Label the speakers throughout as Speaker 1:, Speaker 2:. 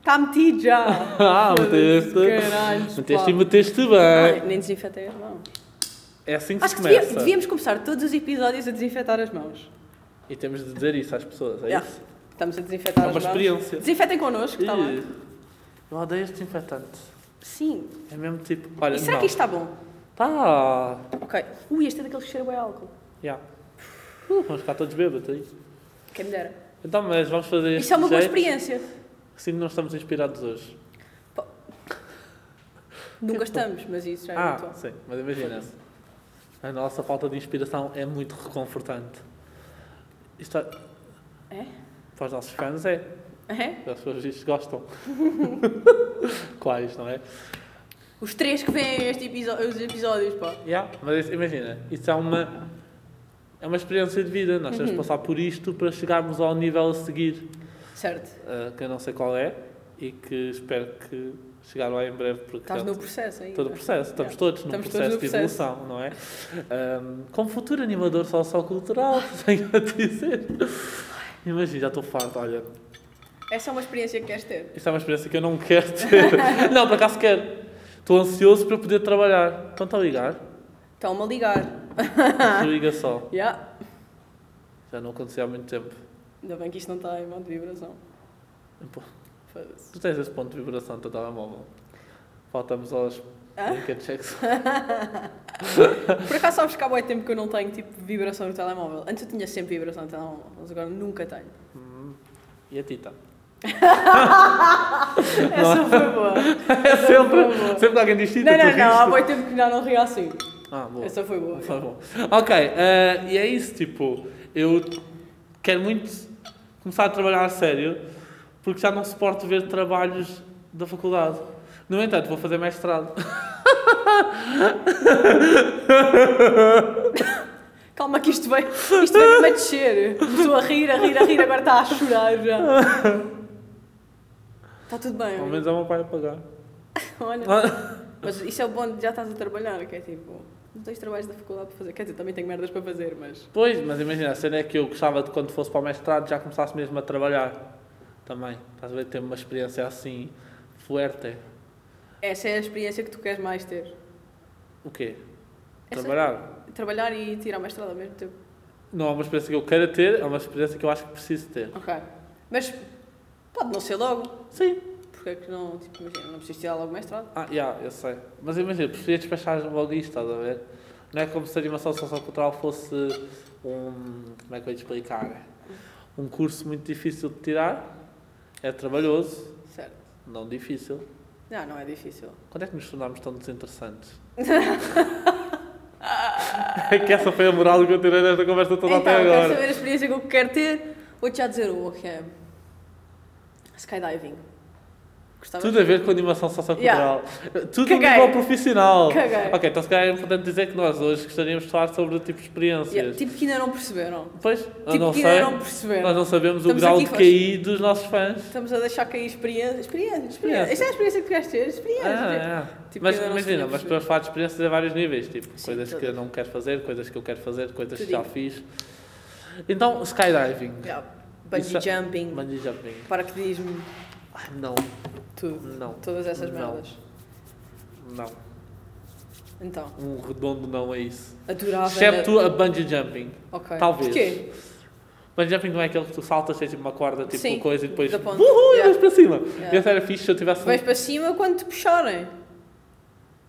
Speaker 1: Está Tá metido já.
Speaker 2: Ah, meteste.
Speaker 1: Caralho,
Speaker 2: Meteste e
Speaker 1: pá.
Speaker 2: meteste
Speaker 1: Ai,
Speaker 2: bem.
Speaker 1: nem desinfetei as mãos.
Speaker 2: É assim que
Speaker 1: Acho
Speaker 2: se
Speaker 1: que
Speaker 2: começa.
Speaker 1: devia- devíamos começar todos os episódios a desinfetar as mãos.
Speaker 2: E temos de dizer isso às pessoas, é
Speaker 1: Yeah.
Speaker 2: isso?
Speaker 1: Estamos a desinfetar
Speaker 2: É
Speaker 1: as
Speaker 2: uma
Speaker 1: mãos.
Speaker 2: experiência.
Speaker 1: Desinfetem connosco, tá está bem?
Speaker 2: Eu odeio este desinfetante.
Speaker 1: Sim.
Speaker 2: É mesmo tipo. Olha,
Speaker 1: E será
Speaker 2: não.
Speaker 1: que isto está bom?
Speaker 2: Tá.
Speaker 1: Ok. Ui, este é daqueles que cheira bem a álcool.
Speaker 2: Yeah. Uh, vamos ficar todos bêbados aí.
Speaker 1: Quem me dera.
Speaker 2: Então, mas vamos fazer este
Speaker 1: é Isso é uma boa
Speaker 2: jeito,
Speaker 1: experiência.
Speaker 2: Assim não estamos inspirados hoje.
Speaker 1: Nunca estamos, mas isso já é
Speaker 2: ah,
Speaker 1: habitual.
Speaker 2: sim, mas imagina. A nossa falta de inspiração é muito reconfortante. Isto é-
Speaker 1: É?
Speaker 2: Para os nossos fãs é.
Speaker 1: É?
Speaker 2: As pessoas disto gostam. Quais, não é?
Speaker 1: Os três que vêm este episo- os episódios, pá.
Speaker 2: Yeah, mas imagina, isso é uma, é uma experiência de vida. Nós
Speaker 1: Uhum.
Speaker 2: temos de passar por isto para chegarmos ao nível a seguir,
Speaker 1: Certo.
Speaker 2: ah, que eu não sei qual é e que espero que chegar lá em breve, porque
Speaker 1: Estás
Speaker 2: é
Speaker 1: no processo ainda.
Speaker 2: todo o processo, estamos
Speaker 1: Yeah.
Speaker 2: todos num
Speaker 1: Estamos todos
Speaker 2: processo
Speaker 1: no
Speaker 2: de
Speaker 1: processo.
Speaker 2: evolução, não é? Ahm, como futuro animador sociocultural, tenho a dizer. Imagina, já estou farto, olha,
Speaker 1: Essa é uma experiência que queres ter.
Speaker 2: isto é uma experiência que eu não quero ter. não, por acaso quero. Estou ansioso para poder trabalhar. Estão-te a ligar?
Speaker 1: Estão-me a ligar.
Speaker 2: Liga só.
Speaker 1: Já.
Speaker 2: Já não acontecia há muito tempo.
Speaker 1: Ainda bem que isto não está em modo de vibração.
Speaker 2: Pô,
Speaker 1: Foda-se.
Speaker 2: Tu tens esse ponto de vibração do teu telemóvel. Faltamos aos brinquedos sexuais.
Speaker 1: Por acaso sabes que há muito tempo que eu não tenho tipo vibração no telemóvel. Antes eu tinha sempre vibração no telemóvel, mas agora nunca tenho.
Speaker 2: Hum, E a Tita?
Speaker 1: Essa foi boa.
Speaker 2: É
Speaker 1: foi
Speaker 2: sempre,
Speaker 1: boa.
Speaker 2: sempre que alguém diz Tita,
Speaker 1: Não,
Speaker 2: tu
Speaker 1: não, é
Speaker 2: riste.
Speaker 1: não, há muito tempo que já não ria assim.
Speaker 2: Ah, boa.
Speaker 1: Essa foi boa.
Speaker 2: Tá bom. Ok, eh, e é isso, tipo, eu quero muito começar a trabalhar a sério, porque já não suporto ver trabalhos da faculdade. No entanto, vou fazer mestrado.
Speaker 1: Calma que isto veio, isto veio me descer. Começou a rir, a rir, a rir, agora está a chorar já. Está tudo bem.
Speaker 2: Ao menos é o meu pai a pagar.
Speaker 1: Olha. Mas isso é o bom de já estás a trabalhar, que é tipo, não tens trabalhos da faculdade para fazer. Quer dizer, também tenho merdas para fazer, mas.
Speaker 2: Pois, mas imagina, a cena é que eu gostava de quando fosse para o mestrado já começasse mesmo a trabalhar também. Estás a ver, ter uma experiência assim, fuerte.
Speaker 1: Essa é a experiência que tu queres mais ter.
Speaker 2: O quê?
Speaker 1: Essa-
Speaker 2: Trabalhar?
Speaker 1: Trabalhar e tirar mestrado ao mesmo tempo.
Speaker 2: Não é uma experiência que eu quero ter, é uma experiência que eu acho que preciso ter.
Speaker 1: Ok. Mas pode não ser logo.
Speaker 2: Sim.
Speaker 1: Porque é que não, tipo, imagina, não precisas tirar logo mestrado.
Speaker 2: Ah, já, eu sei. Mas imagina, preferia despachar logo isto, estás a ver? Não é como se a animação sociocultural fosse um. Como é que eu ia te explicar? Um curso muito difícil de tirar, é trabalhoso,
Speaker 1: Certo.
Speaker 2: não difícil.
Speaker 1: Não, não é difícil.
Speaker 2: Quando é que nos tornámos tão desinteressantes? é que essa foi a moral que eu tirei desta conversa toda
Speaker 1: então,
Speaker 2: até
Speaker 1: quero
Speaker 2: agora.
Speaker 1: saber a experiência que eu quero ter. Vou-te já dizer o que é. Skydiving. Gostava
Speaker 2: Tudo a ver com animação sociocultural. Tudo a
Speaker 1: Caguei.
Speaker 2: nível profissional.
Speaker 1: Caguei.
Speaker 2: Ok, então se calhar é importante dizer que nós hoje gostaríamos de falar sobre tipo experiências.
Speaker 1: Yeah, tipo que ainda não perceberam.
Speaker 2: Pois, eu
Speaker 1: tipo
Speaker 2: não
Speaker 1: que
Speaker 2: sei.
Speaker 1: ainda não perceberam.
Speaker 2: Nós não sabemos
Speaker 1: Estamos
Speaker 2: o grau
Speaker 1: aqui
Speaker 2: de
Speaker 1: fãs.
Speaker 2: KI dos nossos fãs.
Speaker 1: Estamos a deixar cair experiência. Experiência,
Speaker 2: Experiência.
Speaker 1: experiência. Essa é a experiência que tu queres ter. Experiência.
Speaker 2: Ah, é.
Speaker 1: Tipo,
Speaker 2: mas
Speaker 1: eu não sei
Speaker 2: imagina,
Speaker 1: nem
Speaker 2: mas
Speaker 1: perceber.
Speaker 2: para falar de experiências a vários níveis, tipo,
Speaker 1: Sim,
Speaker 2: coisas que
Speaker 1: todas.
Speaker 2: eu não quero fazer, coisas que eu quero fazer, coisas que
Speaker 1: Tudinho.
Speaker 2: já fiz. Então, skydiving,
Speaker 1: Yeah. Bungee
Speaker 2: Isso é-
Speaker 1: jumping,
Speaker 2: bungee jumping.
Speaker 1: paraquedismo,
Speaker 2: Ai, não,
Speaker 1: tudo.
Speaker 2: não,
Speaker 1: Todas essas
Speaker 2: Não.
Speaker 1: merdas.
Speaker 2: não.
Speaker 1: Então,
Speaker 2: Um redondo não é isso.
Speaker 1: adorava.
Speaker 2: Excepto a bungee jumping.
Speaker 1: Ok.
Speaker 2: Talvez.
Speaker 1: Porquê?
Speaker 2: Bungee jumping não é aquele que tu saltas, tens tipo uma corda, tipo
Speaker 1: Sim,
Speaker 2: coisa e depois.
Speaker 1: da ponte.
Speaker 2: Uhul, e
Speaker 1: Yeah.
Speaker 2: vais para cima.
Speaker 1: Yeah.
Speaker 2: Esse era fixe se eu tivesse. um-
Speaker 1: Vais para cima quando te puxarem.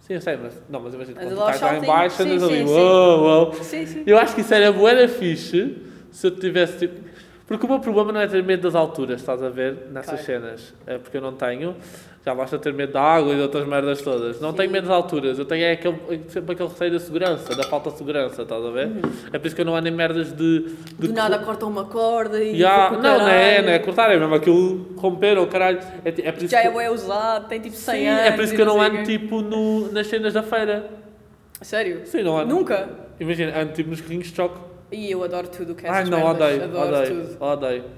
Speaker 2: Sim, eu sei, mas. Não, mas imagina,
Speaker 1: Mas
Speaker 2: quando tu
Speaker 1: lá o
Speaker 2: estás lá
Speaker 1: saltinho.
Speaker 2: embaixo, andas
Speaker 1: Sim,
Speaker 2: ali.
Speaker 1: sim, sim.
Speaker 2: Uou, uou.
Speaker 1: Sim, sim.
Speaker 2: Eu acho que isso era bué da fixe se eu tivesse tipo. Porque o meu problema não é ter medo das alturas, estás a ver? Nessas
Speaker 1: Ok.
Speaker 2: cenas. É porque eu não tenho. Já basta ter medo da água e de outras merdas todas. Não
Speaker 1: Sim.
Speaker 2: tenho medo das alturas. Eu tenho é aquele, sempre aquele receio da segurança, da falta de segurança, estás a ver? É por isso que eu não ando em merdas de. de
Speaker 1: Do nada cortam uma corda e.
Speaker 2: Ya,
Speaker 1: vou
Speaker 2: Não,
Speaker 1: para o
Speaker 2: não é,
Speaker 1: caralho.
Speaker 2: não é cortar, é mesmo aquilo romper ou caralho. É, ti- é por isso
Speaker 1: Já
Speaker 2: que,
Speaker 1: é bué usado, tem tipo 100
Speaker 2: Sim,
Speaker 1: anos.
Speaker 2: é por isso
Speaker 1: e
Speaker 2: que eu não
Speaker 1: sei
Speaker 2: ando
Speaker 1: quê.
Speaker 2: tipo no, nas cenas da feira.
Speaker 1: Sério?
Speaker 2: Sim, não ando.
Speaker 1: Nunca?
Speaker 2: Imagina, ando tipo nos carrinhos de choque.
Speaker 1: E eu adoro tudo o que é
Speaker 2: Ai
Speaker 1: essas
Speaker 2: não,
Speaker 1: merdas,
Speaker 2: odeio,
Speaker 1: adoro
Speaker 2: odeio, odeio.
Speaker 1: tudo.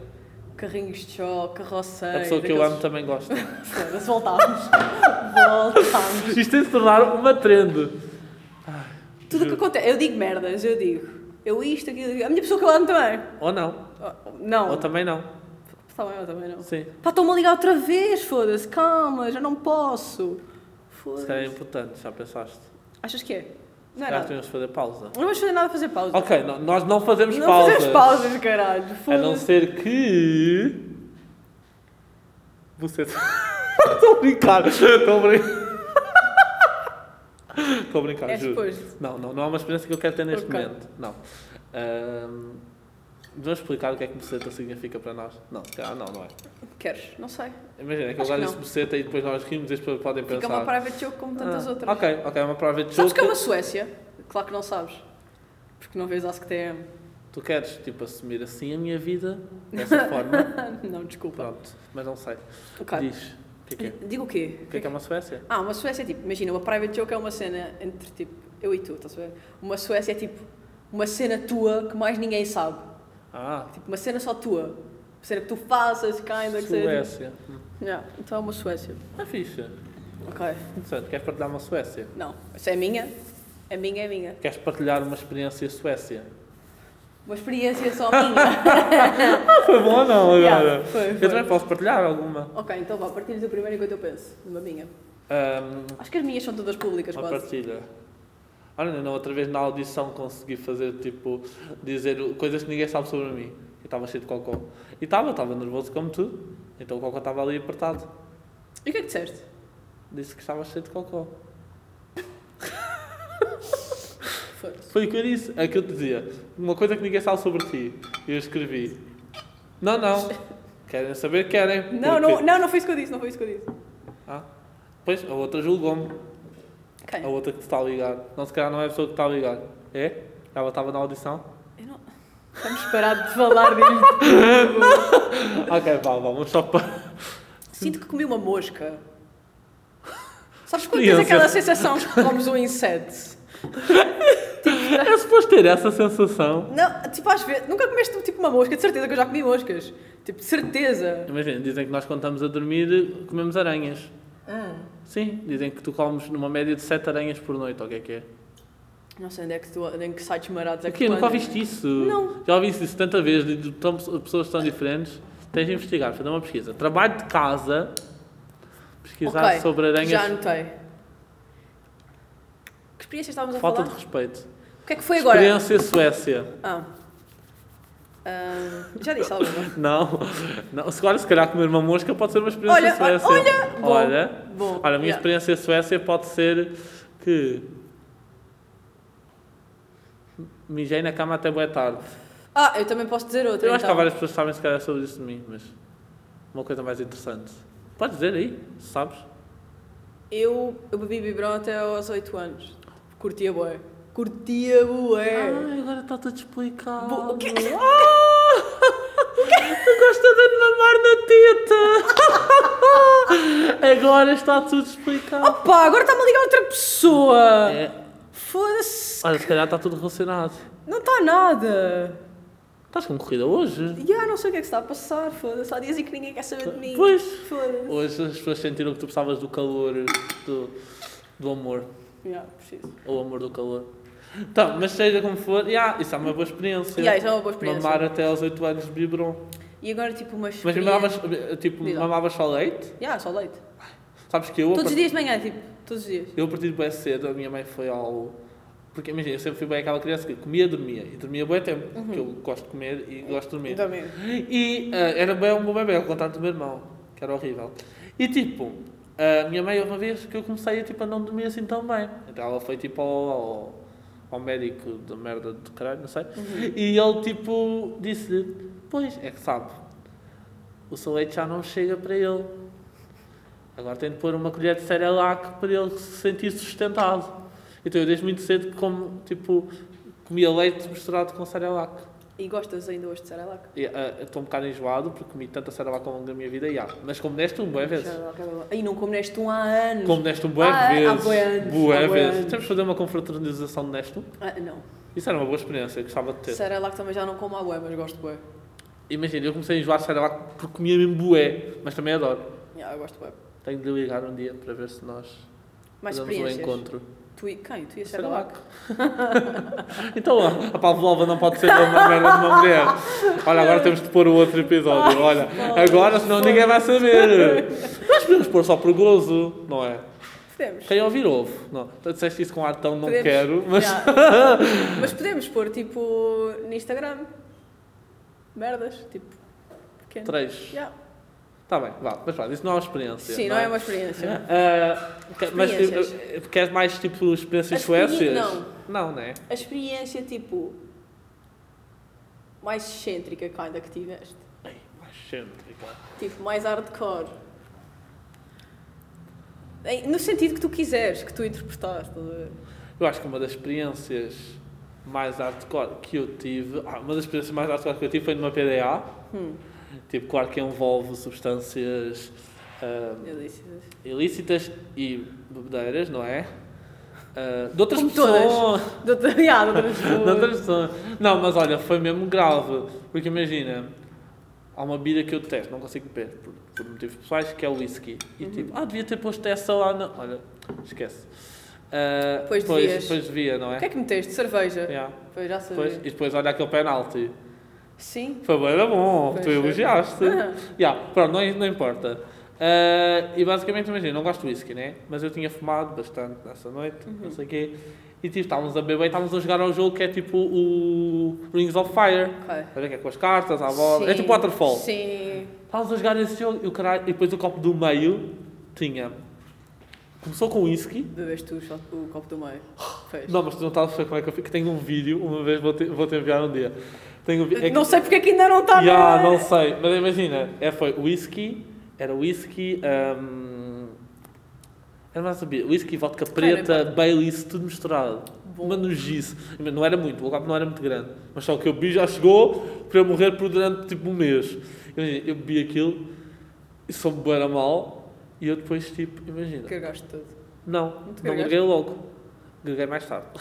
Speaker 1: Carrinhos de choque, carroceiro.
Speaker 2: A pessoa que eu amo também gosta.
Speaker 1: Foda-se, voltámos. voltámos.
Speaker 2: Isto tem de se tornar uma trend.
Speaker 1: Tudo o que
Speaker 2: Juro.
Speaker 1: acontece. Eu digo merdas, eu digo. Eu isto, aquilo. aquilo. A minha pessoa que eu amo também.
Speaker 2: Ou não.
Speaker 1: Oh, Não.
Speaker 2: Ou também não.
Speaker 1: está bem, eu também não.
Speaker 2: Sim,
Speaker 1: Pá, estão-me a ligar outra vez, foda-se, calma, já não posso.
Speaker 2: se calhar é
Speaker 1: Foda-se.
Speaker 2: importante, já pensaste.
Speaker 1: Achas que é? Não é
Speaker 2: Já
Speaker 1: nada.
Speaker 2: tínhamos de fazer pausa.
Speaker 1: Não vamos fazer nada a fazer pausa.
Speaker 2: Ok, no- nós não fazemos
Speaker 1: não
Speaker 2: pausa.
Speaker 1: fazemos pausas, caralho.
Speaker 2: A não
Speaker 1: Foda-se.
Speaker 2: ser que. Você. Estou a brincar. Estou a brincar. Estou a brincar,
Speaker 1: É
Speaker 2: juro.
Speaker 1: depois.
Speaker 2: Não, não, não é uma experiência que eu quero ter neste
Speaker 1: Ok.
Speaker 2: momento. Não. Ahm, Vamos explicar o que é que buceta significa para nós? Não, se calhar não, não é.
Speaker 1: Queres? Não sei.
Speaker 2: Imagina que eu
Speaker 1: Acho
Speaker 2: agora
Speaker 1: que
Speaker 2: disse
Speaker 1: não.
Speaker 2: buceta e depois nós rimos e as pessoas podem
Speaker 1: Fica
Speaker 2: pensar.
Speaker 1: uma private joke como tantas
Speaker 2: Ah,
Speaker 1: outras.
Speaker 2: Ok, ok, é uma private
Speaker 1: Sabes
Speaker 2: joke.
Speaker 1: que é uma Suécia? Claro que não sabes. Porque não vês AskTM.
Speaker 2: Tu queres, tipo, assumir assim a minha vida, dessa forma?
Speaker 1: não, desculpa.
Speaker 2: Pronto, mas não sei.
Speaker 1: Ok.
Speaker 2: Diz, o que é que é?
Speaker 1: Digo o quê?
Speaker 2: O que é que é uma Suécia?
Speaker 1: Ah, uma Suécia é tipo, imagina, uma private joke é uma cena entre tipo, eu e tu, estás a ver? Uma Suécia é tipo, uma cena tua que mais ninguém sabe.
Speaker 2: Ah,
Speaker 1: Tipo, uma cena só tua. Uma cena que tu faças, kinda, que seja.
Speaker 2: Suécia. Hum.
Speaker 1: tipo- Yeah, então é uma Suécia.
Speaker 2: Ah, fixe.
Speaker 1: Ok.
Speaker 2: Interessante. Queres partilhar uma Suécia?
Speaker 1: Não, essa é minha. A minha é minha.
Speaker 2: Queres partilhar uma experiência Suécia?
Speaker 1: Uma experiência só minha.
Speaker 2: Ah, foi bom ou não
Speaker 1: Yeah, foi,
Speaker 2: Eu
Speaker 1: foi.
Speaker 2: também posso partilhar alguma.
Speaker 1: Ok, então vá, partilhas o primeiro enquanto eu penso. Uma minha.
Speaker 2: Ahm,
Speaker 1: Acho que as minhas são todas públicas,
Speaker 2: uma
Speaker 1: quase.
Speaker 2: partilha. Olha, não, outra vez na audição consegui fazer, tipo, dizer o- coisas que ninguém sabe sobre mim. Eu estava cheio de cocô. E estava, estava nervoso como tu. Então o cocô estava ali apertado.
Speaker 1: E o que é que disseste?
Speaker 2: Disse que estava cheio de cocô.
Speaker 1: Foda-se.
Speaker 2: Foi o que eu disse, é que eu te dizia. Uma coisa que ninguém sabe sobre ti. E eu escrevi. Não, não. Querem saber? Querem.
Speaker 1: Não,
Speaker 2: Porque-
Speaker 1: não, não, não foi isso que eu disse, não foi isso que eu disse.
Speaker 2: Ah, pois, a outra julgou-me.
Speaker 1: Quem?
Speaker 2: A outra que te está a ligar. Não, se calhar não é a pessoa que está a ligar. É? Ela estava na audição?
Speaker 1: Eu não... Vamos parar de falar disto.
Speaker 2: ok, vá, vá, vamos só para...
Speaker 1: Sinto que comi uma mosca. Sabes quando tens aquela sensação que comes um inseto?
Speaker 2: É suposto ter essa sensação.
Speaker 1: Não, tipo, às vezes, nunca comeste tipo uma mosca, de certeza que eu já comi moscas. Tipo, de certeza.
Speaker 2: Imagina, dizem que nós quando estamos a dormir comemos aranhas. Sim, dizem que tu comes numa média de 7 aranhas por noite, ou o que é que é?
Speaker 1: Não sei onde é que tu, onde é que sites marados é que
Speaker 2: Aqui,
Speaker 1: tu
Speaker 2: nunca
Speaker 1: andas.
Speaker 2: ouviste isso.
Speaker 1: Não.
Speaker 2: Já ouviste isso tanta vez, de de tão- pessoas tão diferentes. Tens de investigar, fazer uma pesquisa. Trabalho de casa, pesquisar
Speaker 1: Ok,
Speaker 2: sobre aranhas.
Speaker 1: Já anotei. Que experiência estávamos a
Speaker 2: Falta de
Speaker 1: falar?
Speaker 2: respeito.
Speaker 1: O que é que foi agora?
Speaker 2: Experiência Suécia.
Speaker 1: Ah. Ah, já disse alguma.
Speaker 2: Não, não. Se, olha, se calhar comer uma mosca pode ser uma experiência
Speaker 1: Olha,
Speaker 2: Suécia.
Speaker 1: olha, bom,
Speaker 2: olha,
Speaker 1: bom,
Speaker 2: olha, a minha
Speaker 1: yeah.
Speaker 2: experiência Suécia pode ser que mijei na cama até boa tarde.
Speaker 1: Ah, eu também posso dizer outra.
Speaker 2: Eu acho que há
Speaker 1: então.
Speaker 2: várias pessoas que sabem se calhar sobre isso de mim, mas uma coisa mais interessante. Podes dizer aí, se sabes?
Speaker 1: Eu, eu bebi biberon até aos 8 anos. Curtia bué. Curtia bué.
Speaker 2: Ai, agora está tudo explicado.
Speaker 1: Bo- o quê?
Speaker 2: Ah! é Tu gosta de mamar na teta. agora está tudo explicado.
Speaker 1: Opa, agora está-me a ligar outra pessoa.
Speaker 2: É,
Speaker 1: Foda-se.
Speaker 2: Olha, se calhar está tudo relacionado.
Speaker 1: Não está nada.
Speaker 2: Estás com corrida hoje?
Speaker 1: E ah, não sei o que é que se está a passar. Foda-se. Há dias em que ninguém quer saber de mim.
Speaker 2: Pois.
Speaker 1: Foda-se.
Speaker 2: Hoje as pessoas sentiram que tu precisavas do calor, do, do amor,
Speaker 1: Yeah, preciso.
Speaker 2: ou amor do calor. Tá, mas seja como for, yeah, isso é uma boa experiência.
Speaker 1: Yeah, isso é uma boa experiência.
Speaker 2: Mamar até aos 8 anos de biberon.
Speaker 1: E agora, tipo, umas.
Speaker 2: Mas mamavas, eh, tipo,
Speaker 1: Diz lá.
Speaker 2: mamavas só leite?
Speaker 1: Yeah, só leite.
Speaker 2: Sabes que eu, a
Speaker 1: Todos os dias
Speaker 2: partir-
Speaker 1: de manhã, tipo. Todos os dias.
Speaker 2: eu a partir de bem cedo, a minha mãe foi ao... Porque imagina, eu sempre fui bem aquela criança que comia, dormia. E dormia bem tempo,
Speaker 1: Uhum.
Speaker 2: porque eu gosto de comer
Speaker 1: É.
Speaker 2: e gosto de dormir.
Speaker 1: Também.
Speaker 2: E ah, era bem um bom bebê, ao contrário do meu irmão, que era horrível. E tipo, a minha mãe, houve uma vez que eu comecei tipo, a não dormir assim tão bem. Então ela foi tipo ao, ao, ao médico da merda do caralho, não sei.
Speaker 1: Uhum.
Speaker 2: E ele tipo disse-lhe: Pois, é que sabe, o seu leite já não chega para ele. Agora tem de pôr uma colher de Cerelac para ele se sentir sustentado. Então eu desde muito cedo como, tipo, comia leite misturado com Cerelac.
Speaker 1: E gostas ainda hoje de Saralac?
Speaker 2: Estou um bocado enjoado porque comi tanta cerealac ao longo da minha vida e há. Mas como deste um bué vezes.
Speaker 1: Aí é não como neste um há anos.
Speaker 2: Como deste um bué
Speaker 1: Ah, há
Speaker 2: vezes.
Speaker 1: bué anos,
Speaker 2: Bué
Speaker 1: há bué
Speaker 2: vezes.
Speaker 1: anos.
Speaker 2: Temos de fazer uma confraternização de Nesto.
Speaker 1: Ah, não.
Speaker 2: Isso era uma boa experiência, eu gostava de ter.
Speaker 1: Saralac também já não como há bué, mas gosto de bué.
Speaker 2: Imagina, eu comecei a enjoar cerealac porque comia mesmo bué, mas também adoro.
Speaker 1: Yeah, eu gosto de bué.
Speaker 2: Tenho de ligar um dia para ver se nós
Speaker 1: Mais
Speaker 2: fazemos um
Speaker 1: experiências. é
Speaker 2: encontro.
Speaker 1: Tu e quem? Tu e a
Speaker 2: Sei
Speaker 1: Sherlock?
Speaker 2: Então, a Pavlova não pode ser uma merda de uma mulher. Olha, agora temos de pôr o outro episódio. Olha, agora senão ninguém vai saber. Nós podemos pôr só por gozo, não é?
Speaker 1: Podemos.
Speaker 2: Quem ouvir ouve. Não, tu disseste isso com ar tão não
Speaker 1: Podemos.
Speaker 2: quero, mas
Speaker 1: Já. mas podemos pôr tipo no Instagram. Merdas, tipo. Pequeno.
Speaker 2: três.
Speaker 1: Já.
Speaker 2: Está bem, vá. Mas pronto, isso não é uma experiência.
Speaker 1: Sim, não é uma experiência.
Speaker 2: Ah, que- mas tipo,
Speaker 1: Experiências.
Speaker 2: queres mais tipo experiências
Speaker 1: A experi-
Speaker 2: suécias?
Speaker 1: não.
Speaker 2: Não, né?
Speaker 1: A experiência tipo. mais excêntrica que ainda que tiveste.
Speaker 2: Ei, mais excêntrica.
Speaker 1: Tipo, mais hardcore. Em- No sentido que tu quiseres, que tu interpretaste. estás a ver?
Speaker 2: Eu acho que uma das experiências mais hardcore que eu tive, ah, uma das experiências mais hardcore que eu tive foi numa PDA,
Speaker 1: Hum,
Speaker 2: tipo, claro que envolve substâncias ah,
Speaker 1: eu disse isso.
Speaker 2: ilícitas e bebedeiras, não é? Ah, de outras
Speaker 1: Como todas.
Speaker 2: pessoas.
Speaker 1: Doutor, já, doutor,
Speaker 2: De outras pessoas. Não, mas olha, foi mesmo grave, porque imagina, há uma bebida que eu detesto, não consigo beber, por, por motivos pessoais, que é o whisky. E
Speaker 1: Uhum.
Speaker 2: tipo, ah, devia ter posto essa lá na. Olha, esquece. Ah,
Speaker 1: Pois devias.
Speaker 2: pois, pois devia, não é?
Speaker 1: O que é que meteste? Cerveja?
Speaker 2: Yeah.
Speaker 1: Pois, já sabia.
Speaker 2: Depois- e depois olha aquele penalti.
Speaker 1: Sim.
Speaker 2: Foi bem, era bom,
Speaker 1: Pois
Speaker 2: tu
Speaker 1: é.
Speaker 2: elogiaste.
Speaker 1: Ah,
Speaker 2: Yeah, pronto, não, não importa. Ah, e basicamente, imagina, não gosto de whisky, né? Mas eu tinha fumado bastante nessa noite,
Speaker 1: Uhum.
Speaker 2: não sei o quê. E tipo, estávamos a beber e estávamos a jogar ao jogo que é tipo o Rings of Fire.
Speaker 1: ok.
Speaker 2: Sabe o que é com as cartas, à bola? É
Speaker 1: Sim,
Speaker 2: tipo Waterfall.
Speaker 1: Sim.
Speaker 2: Estávamos a jogar esse jogo e o caralho. E depois o copo do meio tinha. Começou com whisky,
Speaker 1: Bebeste tu o shot- o copo do meio. Fez.
Speaker 2: Não, mas tu não estás a perceber como é que eu fico. Tenho um vídeo, uma vez vou-te vou -te enviar um dia. Tenho um vi- é que-
Speaker 1: Não sei porque é que ainda não está
Speaker 2: Ya,
Speaker 1: na-
Speaker 2: não sei, mas imagina, é, foi whisky, era whisky, hum, era mais sabia, whisky, vodka preta, Baileys, tudo misturado.
Speaker 1: Bom.
Speaker 2: Uma nojice. Mas Não era muito, o copo não era muito grande, mas só que eu bebi já chegou para eu morrer por durante tipo um mês. Imagina, eu bebi aquilo, e só me era mal, e eu depois tipo, imagina,
Speaker 1: Carregaste tudo.
Speaker 2: não,
Speaker 1: Muito
Speaker 2: não
Speaker 1: gargaste?
Speaker 2: greguei logo. Greguei mais tarde.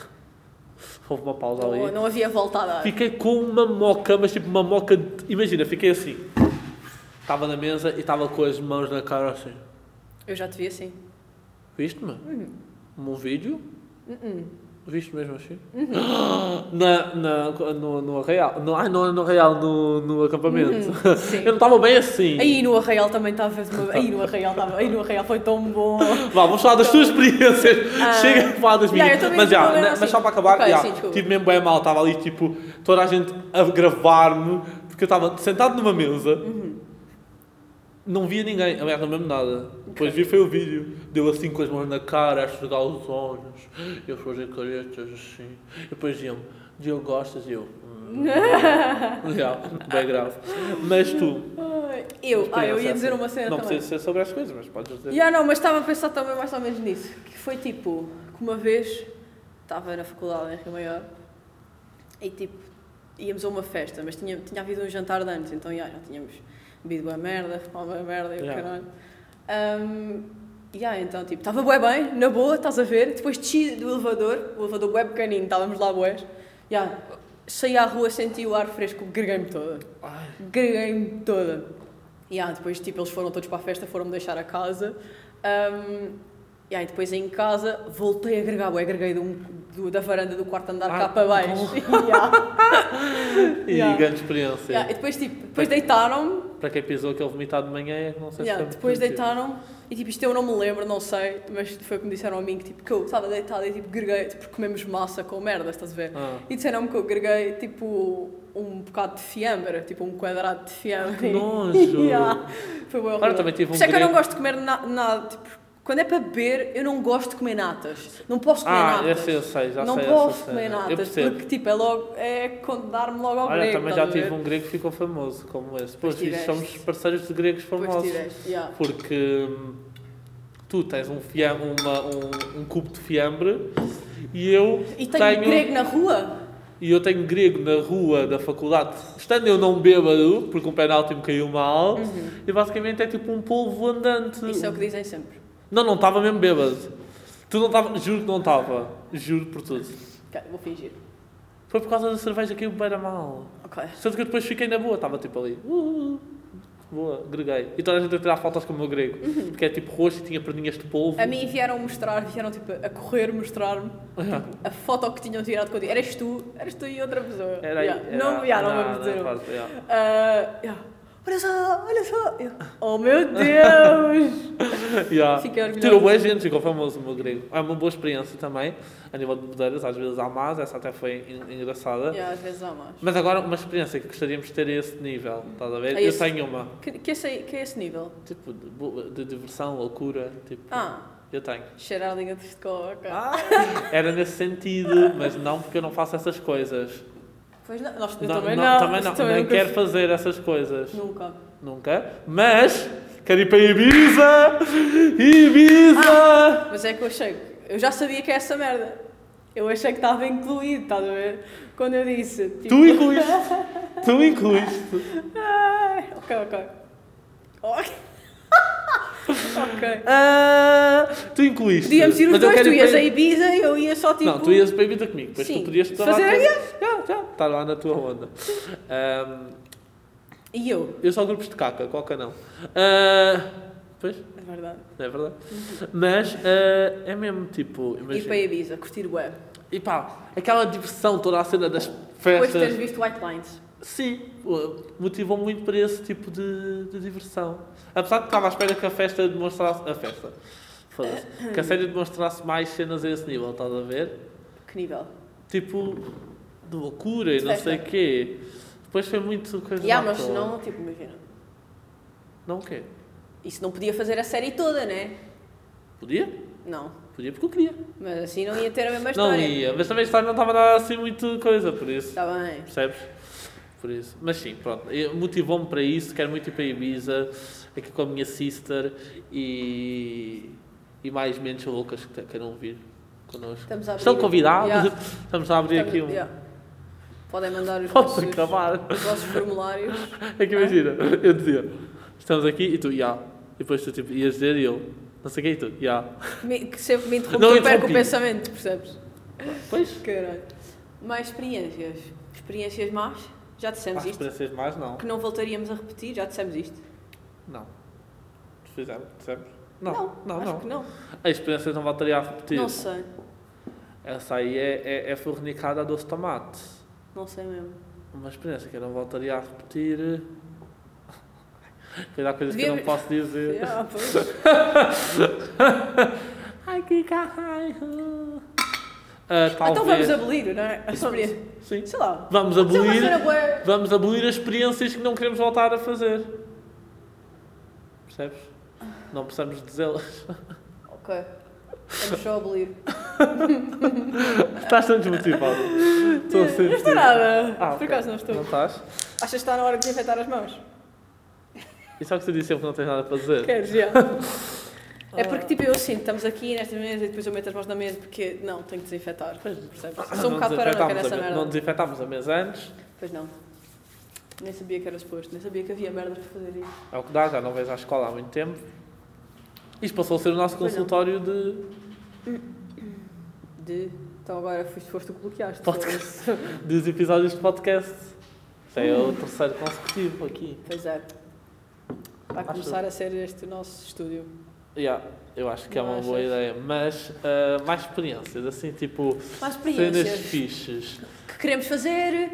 Speaker 2: Houve uma pausa
Speaker 1: Não,
Speaker 2: ali.
Speaker 1: não havia volta a dar.
Speaker 2: Fiquei com uma moca, mas tipo uma moca. de- Imagina, fiquei assim. Estava na mesa e estava com as mãos na cara assim.
Speaker 1: Eu já te vi assim.
Speaker 2: Viste-me?
Speaker 1: Uhum.
Speaker 2: Um vídeo?
Speaker 1: Uhum.
Speaker 2: Viste mesmo assim? Na, na, no, no Arraial. No, ai, não é no Arraial, no, no acampamento.
Speaker 1: Uhum, sim.
Speaker 2: Eu não estava bem assim.
Speaker 1: Aí no Arraial também estava. Aí no Arraial estava. Aí no Arraial foi tão bom.
Speaker 2: Vá, vamos falar das tuas experiências.
Speaker 1: Ah.
Speaker 2: Chega a falar das
Speaker 1: Yeah,
Speaker 2: minhas.
Speaker 1: eu também
Speaker 2: mas,
Speaker 1: estou
Speaker 2: já,
Speaker 1: a ver
Speaker 2: na-
Speaker 1: assim.
Speaker 2: mas só para acabar,
Speaker 1: Ok,
Speaker 2: já,
Speaker 1: sim, desculpa.
Speaker 2: tive mesmo bem mal. Estava ali, tipo, toda a gente a gravar-me, porque eu estava sentado numa mesa, não via ninguém, aliás, não mesmo nada. Depois vi foi o vídeo, deu assim com as mãos na cara, a esfregar os olhos, eu fazer caretas assim. E depois diziam-me, Diogo gostas? E eu. hum. Já, bem grave. Mas tu. assim.
Speaker 1: Ai, Eu, ah, eu ia dizer uma cena
Speaker 2: Não
Speaker 1: também.
Speaker 2: precisa ser sobre as coisas, mas podes dizer.
Speaker 1: Yeah, não, mas estava a pensar também mais ou menos nisso. Que foi tipo, que uma vez estava na faculdade em Rio Maior e tipo, íamos a uma festa, mas tinha, tinha havido um jantar de antes, então yeah, já tínhamos bebido uma merda, fumado uma merda e o
Speaker 2: Yeah.
Speaker 1: caralho. Um, yeah, então tipo, estava bué bem, na boa, estás a ver, depois desci do elevador, o elevador bué pequenino, estávamos lá bués, yeah, saí à rua, senti o ar fresco, greguei-me toda.
Speaker 2: Ai,
Speaker 1: Greguei-me toda. E ah, depois tipo, eles foram todos para a festa, foram-me deixar a casa. Ahm, e aí depois em casa voltei a agregar, eu agreguei de um- do- da varanda do quarto andar
Speaker 2: Ah,
Speaker 1: cá para baixo. Yeah.
Speaker 2: e
Speaker 1: Yeah.
Speaker 2: grande experiência.
Speaker 1: Yeah, E depois, tipo, depois deitaram-me,
Speaker 2: Para quem pisou aquele vomitado de manhã é que não sei
Speaker 1: yeah,
Speaker 2: se
Speaker 1: depois deitaram-me e tipo, isto eu não me lembro, não sei, mas foi como disseram a mim que, tipo, que eu estava deitada e tipo, greguei, tipo, porque comemos massa com merda, estás a ver?
Speaker 2: Ah.
Speaker 1: E disseram-me que eu greguei tipo um bocado de fiambre, tipo um quadrado de fiambre.
Speaker 2: Que nojo!
Speaker 1: Yeah. Foi bem horrível.
Speaker 2: também tive um
Speaker 1: Por isso é que eu não
Speaker 2: grego-
Speaker 1: gosto de comer na- nada. Tipo, quando é para beber, eu não gosto de comer natas. Não posso comer
Speaker 2: Ah,
Speaker 1: natas.
Speaker 2: eu sei, eu sei, já
Speaker 1: não
Speaker 2: sei.
Speaker 1: posso
Speaker 2: essa
Speaker 1: comer
Speaker 2: cena. Eu
Speaker 1: natas.
Speaker 2: percebo.
Speaker 1: Porque tipo, é logo. É condenar-me logo ao
Speaker 2: Olha,
Speaker 1: grego.
Speaker 2: também já
Speaker 1: estás a
Speaker 2: tive
Speaker 1: ver?
Speaker 2: um grego que ficou famoso como esse. Pois,
Speaker 1: Pois
Speaker 2: e somos
Speaker 1: tiveste.
Speaker 2: parceiros de gregos
Speaker 1: Depois
Speaker 2: famosos.
Speaker 1: tiveste. Yeah.
Speaker 2: Porque hum, tu tens um, fiam, uma, um, um cubo de fiambre e eu
Speaker 1: E tenho,
Speaker 2: tenho
Speaker 1: grego na rua?
Speaker 2: e eu tenho grego na rua da faculdade, estando eu não bêbado, porque um penalti me caiu mal, e basicamente é tipo um polvo andante.
Speaker 1: Isso é o que dizem sempre.
Speaker 2: Não, não estava mesmo bêbado. Tu não estava, juro que não estava. Juro por tudo.
Speaker 1: Ok, vou fingir.
Speaker 2: Foi por causa da cerveja que eu beira mal.
Speaker 1: Ok.
Speaker 2: Sendo que eu depois fiquei na boa, estava tipo ali. Uh, boa, greguei. E toda a gente a tirar fotos com o meu grego, porque é tipo roxo e tinha perninhas de polvo.
Speaker 1: A mim vieram mostrar, vieram tipo a correr mostrar-me
Speaker 2: Ah, é.
Speaker 1: a foto que tinham tirado contigo. Eras tu, eras tu e outra pessoa.
Speaker 2: Era aí.
Speaker 1: Yeah.
Speaker 2: era-
Speaker 1: não, yeah, não, vamos dizer o nome.
Speaker 2: pronto, yeah.
Speaker 1: Ah, yeah. Olha só, olha só. Eu, oh meu Deus!
Speaker 2: Yeah.
Speaker 1: Fiquei orgulhosa.
Speaker 2: Tirou boa gente, ficou famoso o meu grego. É uma boa experiência também, a nível de bodeiras, às vezes há más, essa até foi en- engraçada.
Speaker 1: yeah, às vezes há mais.
Speaker 2: Mas agora, uma experiência que gostaríamos de ter a esse nível, estás a ver?
Speaker 1: A
Speaker 2: Eu
Speaker 1: esse-
Speaker 2: tenho uma,
Speaker 1: Que, que, esse, que é esse nível?
Speaker 2: tipo, de, bo- de diversão, loucura, tipo,
Speaker 1: Ah,
Speaker 2: eu tenho.
Speaker 1: cheirar ligantes de coca.
Speaker 2: Ah. Era nesse sentido, mas não porque eu não faço essas coisas.
Speaker 1: Pois não, nós, eu
Speaker 2: não,
Speaker 1: também
Speaker 2: não,
Speaker 1: não.
Speaker 2: também não,
Speaker 1: eu
Speaker 2: nem
Speaker 1: nunca-
Speaker 2: quero fazer essas coisas.
Speaker 1: Nunca.
Speaker 2: Nunca. Mas, quero ir para Ibiza!
Speaker 1: Ah.
Speaker 2: Ibiza!
Speaker 1: Mas é que eu achei. que- Eu já sabia que é essa merda. Eu achei que estava incluído, estás a ver? Quando eu disse. Tipo,
Speaker 2: Tu incluíste! Tu incluíste!
Speaker 1: Ai, ok, ok. Ok. ok.
Speaker 2: Ah, tu incluíste.
Speaker 1: Podíamos ir os
Speaker 2: Mas eu
Speaker 1: dois,
Speaker 2: quero
Speaker 1: tu
Speaker 2: ir
Speaker 1: ias
Speaker 2: para-
Speaker 1: a Ibiza e eu ia só tipo.
Speaker 2: Não, tu ias para Ibiza comigo, depois
Speaker 1: Sim,
Speaker 2: tu podias estar
Speaker 1: fazer
Speaker 2: lá.
Speaker 1: a
Speaker 2: Já, já, está lá na tua onda. Ahm,
Speaker 1: E eu.
Speaker 2: eu só grupos de caca, qualquer não. Ah, pois,
Speaker 1: É verdade.
Speaker 2: não é verdade? Mas ah, é mesmo tipo.
Speaker 1: Ir para
Speaker 2: Imagina.
Speaker 1: Ibiza, curtir web.
Speaker 2: E pá, aquela diversão, toda a cena das
Speaker 1: Depois de teres
Speaker 2: festas.
Speaker 1: visto White Lines.
Speaker 2: Sim, uh, motivou muito para esse tipo de, de diversão. Apesar de que estava à espera que a festa demonstrasse. A festa. Foda-se. Que a série demonstrasse mais cenas a esse nível, estás a ver?
Speaker 1: Que nível.
Speaker 2: tipo de loucura e
Speaker 1: De
Speaker 2: não
Speaker 1: festa.
Speaker 2: sei o quê. Depois foi muito coisa.
Speaker 1: E ah,
Speaker 2: à
Speaker 1: mas
Speaker 2: toa.
Speaker 1: não, tipo, imagina.
Speaker 2: Não o quê?
Speaker 1: Isso não podia fazer a série toda, né?
Speaker 2: Podia?
Speaker 1: Não.
Speaker 2: Podia porque eu queria.
Speaker 1: Mas assim não ia ter a mesma
Speaker 2: não
Speaker 1: história.
Speaker 2: ia, mas também a história não estava nada assim muito coisa, por isso.
Speaker 1: Está bem.
Speaker 2: Percebes? Por isso. Mas sim, pronto. Eu- Motivou-me para isso, quero muito ir para Ibiza, aqui com a minha sister e, e mais mentes loucas que te- queiram vir connosco.
Speaker 1: Estamos a abrir. um-
Speaker 2: Estão convidados?
Speaker 1: Yeah.
Speaker 2: Estamos a abrir aqui um.
Speaker 1: Yeah. Podem mandar os
Speaker 2: Podes
Speaker 1: vossos,
Speaker 2: acabar.
Speaker 1: os vossos formulários.
Speaker 2: É que imagina, eu dizia, estamos aqui e tu, já. E depois tu tipo, ias dizer e eu, não sei o que, e tu, já.
Speaker 1: Me- que sempre me interrompe,
Speaker 2: Não
Speaker 1: eu perco o
Speaker 2: interrompi.
Speaker 1: pensamento, percebes?
Speaker 2: Pois,
Speaker 1: Caralho. Mais experiências. Experiências más? Já dissemos
Speaker 2: as
Speaker 1: isto.
Speaker 2: experiências mais não.
Speaker 1: Que não voltaríamos a repetir, já dissemos isto.
Speaker 2: Não. Fizemos, dissemos. Não, não, não. Tipo.
Speaker 1: Acho que não.
Speaker 2: A experiência não voltaria a repetir.
Speaker 1: Não sei.
Speaker 2: Essa aí é, é, é fornicada a doce de tomate.
Speaker 1: Não sei mesmo.
Speaker 2: Uma experiência que eu não voltaria a repetir. Pois há coisas que
Speaker 1: Devia-
Speaker 2: eu não posso dizer.
Speaker 1: Ah, pois.
Speaker 2: Ai, que caralho. Ah, talvez.
Speaker 1: Então vamos abolir, não é? A Então experiência.
Speaker 2: Sim.
Speaker 1: Sei lá.
Speaker 2: Vamos
Speaker 1: Sei lá,
Speaker 2: abolir.
Speaker 1: cena bué-
Speaker 2: Vamos abolir as experiências que não queremos voltar a fazer. Percebes? Não precisamos dizê-las.
Speaker 1: Ok. Vamos só abolir.
Speaker 2: Estás tão desmotivado. Estou a
Speaker 1: Não estou
Speaker 2: sentir.
Speaker 1: nada.
Speaker 2: Ah,
Speaker 1: Por
Speaker 2: ok.
Speaker 1: acaso não estou.
Speaker 2: Não estás?
Speaker 1: Achas que está na hora de desinfetar as mãos?
Speaker 2: E só que tu disse sempre que não tens nada para dizer.
Speaker 1: Queres, já. É porque tipo, eu sinto, estamos aqui nesta mesa e depois eu meto as mãos na mesa porque não, tenho que desinfetar.
Speaker 2: Pois.
Speaker 1: Percebes? Sou um
Speaker 2: Não
Speaker 1: bocado
Speaker 2: desinfetámos
Speaker 1: paranoica
Speaker 2: a
Speaker 1: nessa
Speaker 2: me-
Speaker 1: merda.
Speaker 2: Não desinfetámos a mesa antes.
Speaker 1: Pois não. Nem sabia que era suposto, nem sabia que havia merda para fazer isso.
Speaker 2: É o que dá, já não vais à escola há muito tempo. Isto passou a ser o nosso
Speaker 1: Pois não.
Speaker 2: consultório de,
Speaker 1: De. Então agora foste, foste tu que bloqueaste.
Speaker 2: Podcast.
Speaker 1: foda-se.
Speaker 2: dos episódios de podcast. Isto é o terceiro consecutivo aqui.
Speaker 1: Pois é. Vai
Speaker 2: Acho-
Speaker 1: começar a ser este o nosso estúdio.
Speaker 2: Yeah, eu acho que é
Speaker 1: Não
Speaker 2: uma boa
Speaker 1: achas?
Speaker 2: ideia. Mas ah, mais experiências, assim, tipo,
Speaker 1: Mais
Speaker 2: cenas
Speaker 1: experiências.
Speaker 2: fixes.
Speaker 1: que queremos fazer?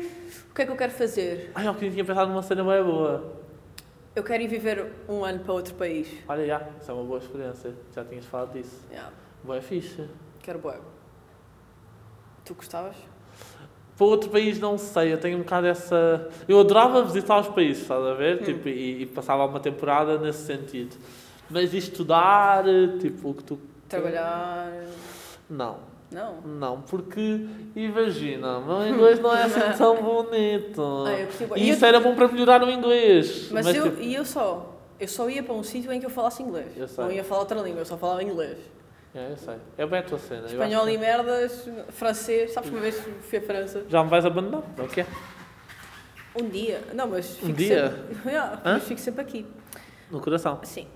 Speaker 1: O que é que eu quero fazer?
Speaker 2: Ai, eu tinha pensado numa cena bem boa.
Speaker 1: Eu quero ir viver um ano para outro país.
Speaker 2: Olha, já, isso é uma boa experiência. Já tinhas falado disso.
Speaker 1: Yeah,
Speaker 2: Boa fixe.
Speaker 1: quero bué. Tu gostavas?
Speaker 2: Para outro país, não sei, eu tenho um bocado essa. Eu adorava visitar os países, estás a ver?
Speaker 1: Hum.
Speaker 2: Tipo, e, e passava uma temporada nesse sentido. Mas e estudar, eh, tipo, o que tu.
Speaker 1: Trabalhar?
Speaker 2: Não,
Speaker 1: Não.
Speaker 2: não, porque imagina, o meu inglês não é assim tão bonito.
Speaker 1: Ah, eu curti bué.
Speaker 2: E
Speaker 1: E eu-
Speaker 2: isso era bom para melhorar o inglês.
Speaker 1: Mas, eu,
Speaker 2: tipo,
Speaker 1: e eu só? Eu só ia para um sítio em que eu falasse inglês.
Speaker 2: Eu sei.
Speaker 1: Não ia falar outra língua, eu só falava inglês.
Speaker 2: É, eu sei. É bem a tua cena. eu acho
Speaker 1: Espanhol
Speaker 2: que-
Speaker 1: e merdas, francês. Sabes é que uma vez fui à França?
Speaker 2: Já me vais abandonar? é Não quer?
Speaker 1: Um dia. Não, mas fico
Speaker 2: Um dia?
Speaker 1: sempre. Yeah,
Speaker 2: Hã?
Speaker 1: mas fico sempre aqui.
Speaker 2: No coração.
Speaker 1: Sim.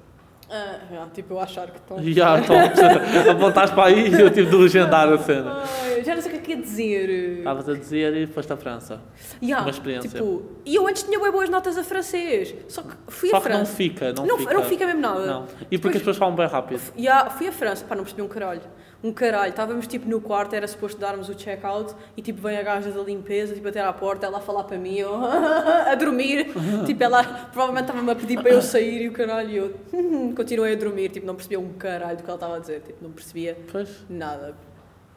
Speaker 1: Ah, já, tipo, eu achar que estão.
Speaker 2: E ah, então, apontaste para aí e eu tive de legendar a cena.
Speaker 1: Ai, já não sei o que é que ia dizer.
Speaker 2: Estavas a dizer e foste à França.
Speaker 1: Ya,
Speaker 2: Tá uma experiência.
Speaker 1: Tipo, e eu antes tinha bem boas notas a francês. Só que fui
Speaker 2: Só
Speaker 1: a
Speaker 2: que não
Speaker 1: França.
Speaker 2: fica, não,
Speaker 1: não,
Speaker 2: fica.
Speaker 1: não fica mesmo nada.
Speaker 2: Não. E porque as pessoas falam bem rápido.
Speaker 1: F- Ya, fui a França, pá, não percebi um caralho. Um caralho, estávamos tipo no quarto, era suposto darmos o check-out e tipo vem a gaja da limpeza, tipo até à porta, ela a falar para mim, eu a dormir. tipo, ela provavelmente estava-me a pedir para eu sair e o caralho, e eu "Hum, continuei a dormir, tipo, não percebia um caralho do que ela estava a dizer, tipo, não percebia
Speaker 2: Pois.
Speaker 1: nada.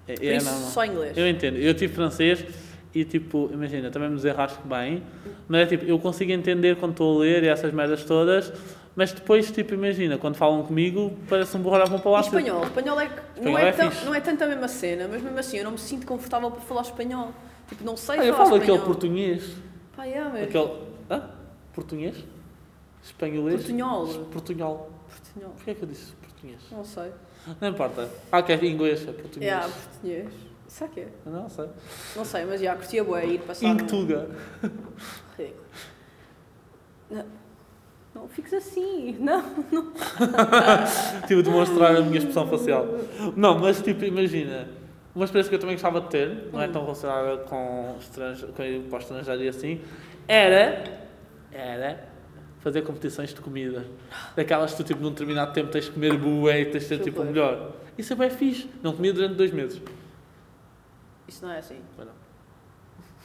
Speaker 2: É,
Speaker 1: Por
Speaker 2: é,
Speaker 1: isso,
Speaker 2: não, não.
Speaker 1: só inglês.
Speaker 2: Eu entendo. Eu tive francês e, tipo, imagina, também me desenrasco bem. Mas é tipo, eu consigo entender quando estou a ler e essas merdas todas. Mas depois, tipo, imagina, quando falam comigo, parece um burro olhar para o
Speaker 1: E
Speaker 2: lado. tipo,
Speaker 1: espanhol, espanhol é que
Speaker 2: Espanhol
Speaker 1: não, é
Speaker 2: é
Speaker 1: tão-
Speaker 2: fixe.
Speaker 1: não é tanto a mesma cena, mas mesmo assim eu não me sinto confortável para falar espanhol. Tipo, não sei
Speaker 2: Ah, eu
Speaker 1: falar
Speaker 2: falo aquele
Speaker 1: espanhol.
Speaker 2: português.
Speaker 1: Pá, yeah, mas-
Speaker 2: Aquele. Hã? Português? Espanholês?
Speaker 1: Portunhol.
Speaker 2: Portunhol.
Speaker 1: Portunhol.
Speaker 2: Porquê é que eu disse português?
Speaker 1: Não sei.
Speaker 2: Não importa. Ah, que é inglês, é português.
Speaker 1: Yeah, português. Será que é?
Speaker 2: Não sei.
Speaker 1: Não sei, mas já curtia bué ir passar.
Speaker 2: Inctuga.
Speaker 1: Ridículo. Não, não fiques assim, não.
Speaker 2: Tive de mostrar a minha expressão facial. Não, mas tipo, imagina. Uma experiência que eu também gostava de ter, não é
Speaker 1: Hum.
Speaker 2: tão relacionada com, estrange... com ir para o estrangeiro e assim, era. Era. Fazer competições de comida. Daquelas que tu, tipo, num determinado tempo tens de comer bué e tens de ser, tipo, o
Speaker 1: Super.
Speaker 2: melhor. Isso é bem fixe. Não comia durante dois meses.
Speaker 1: Isso não é assim.
Speaker 2: Mas não.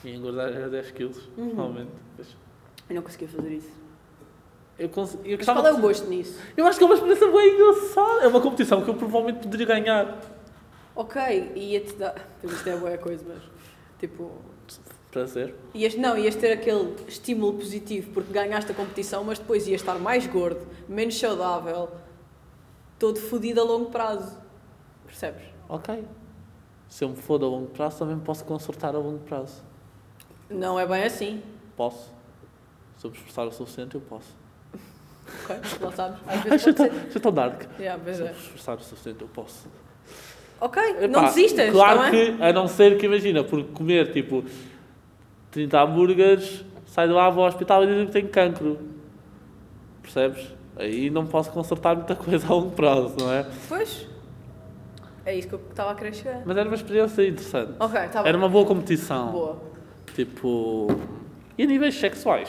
Speaker 2: Ia engordar era 10 quilos,
Speaker 1: Uhum.
Speaker 2: normalmente. Mas
Speaker 1: Eu não conseguia fazer isso.
Speaker 2: Eu, cons... eu
Speaker 1: Mas
Speaker 2: gostava
Speaker 1: qual é
Speaker 2: de-
Speaker 1: o gosto nisso?
Speaker 2: Eu acho que é uma experiência bem engraçada. É uma competição que eu provavelmente poderia ganhar.
Speaker 1: Ok, ia-te dar. Tipo, Isto é boa coisa, mas. Tipo.
Speaker 2: Prazer.
Speaker 1: Ias, não, ias ter aquele estímulo positivo porque ganhaste a competição, mas depois ias estar mais gordo, menos saudável, todo fodido a longo prazo. Percebes?
Speaker 2: Ok. Se eu me for a longo prazo, também posso consertar a longo prazo.
Speaker 1: Não é bem assim.
Speaker 2: Posso. Se eu me esforçar o suficiente, eu posso.
Speaker 1: Ok? Lá sabes. Às vezes
Speaker 2: Já
Speaker 1: pode
Speaker 2: está
Speaker 1: ser.
Speaker 2: já está dark.
Speaker 1: Yeah, pois
Speaker 2: Se eu
Speaker 1: é.
Speaker 2: me esforçar o suficiente, eu posso.
Speaker 1: Ok, não
Speaker 2: Epá,
Speaker 1: desistas,
Speaker 2: Claro
Speaker 1: tá bem?
Speaker 2: que, a não ser que, imagina, por comer, tipo, 30 hambúrgueres, saio de lá, vou ao hospital e dizem que tenho cancro. Percebes? Aí não posso consertar muita coisa a longo prazo, não é?
Speaker 1: Pois. É isso que eu estava a querer chegar.
Speaker 2: Mas era uma experiência interessante.
Speaker 1: Ok, está Tá bem.
Speaker 2: Era uma boa competição.
Speaker 1: Boa.
Speaker 2: Tipo. E a níveis sexuais,